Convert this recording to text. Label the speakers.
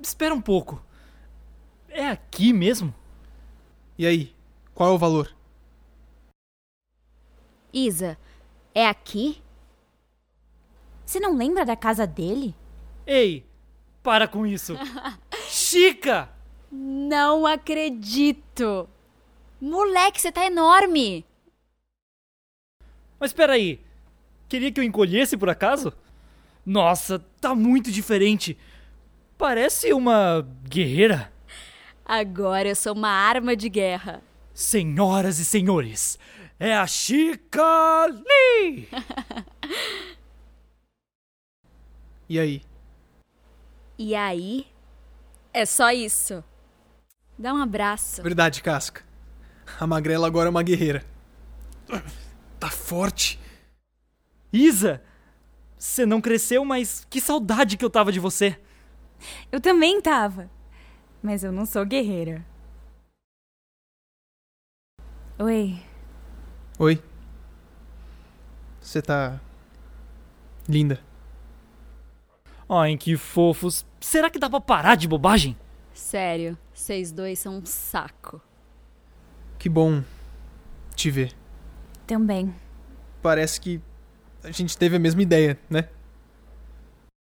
Speaker 1: Espera um pouco. É aqui mesmo?
Speaker 2: E aí, qual é o valor?
Speaker 3: Isa, é aqui? Você não lembra da casa dele?
Speaker 1: Ei, para com isso. Chica!
Speaker 3: Não acredito! Moleque, você tá enorme!
Speaker 1: Mas espera aí. Queria que eu encolhesse por acaso? Nossa, tá muito diferente. Parece uma guerreira.
Speaker 3: Agora eu sou uma arma de guerra.
Speaker 1: Senhoras e senhores, é a Chica Lee!
Speaker 2: E aí?
Speaker 3: E aí? É só isso. Dá um abraço.
Speaker 2: Verdade, Casca. A magrela agora é uma guerreira. Tá forte.
Speaker 1: Isa, você não cresceu, mas que saudade que eu tava de você.
Speaker 4: Eu também tava. Mas eu não sou guerreira. Oi,
Speaker 2: Oi. Você tá. linda.
Speaker 1: Ai, que fofos. Será que dá pra parar de bobagem?
Speaker 3: Sério, vocês dois são um saco.
Speaker 2: Que bom te ver.
Speaker 4: também.
Speaker 2: Parece que a gente teve a mesma ideia, né?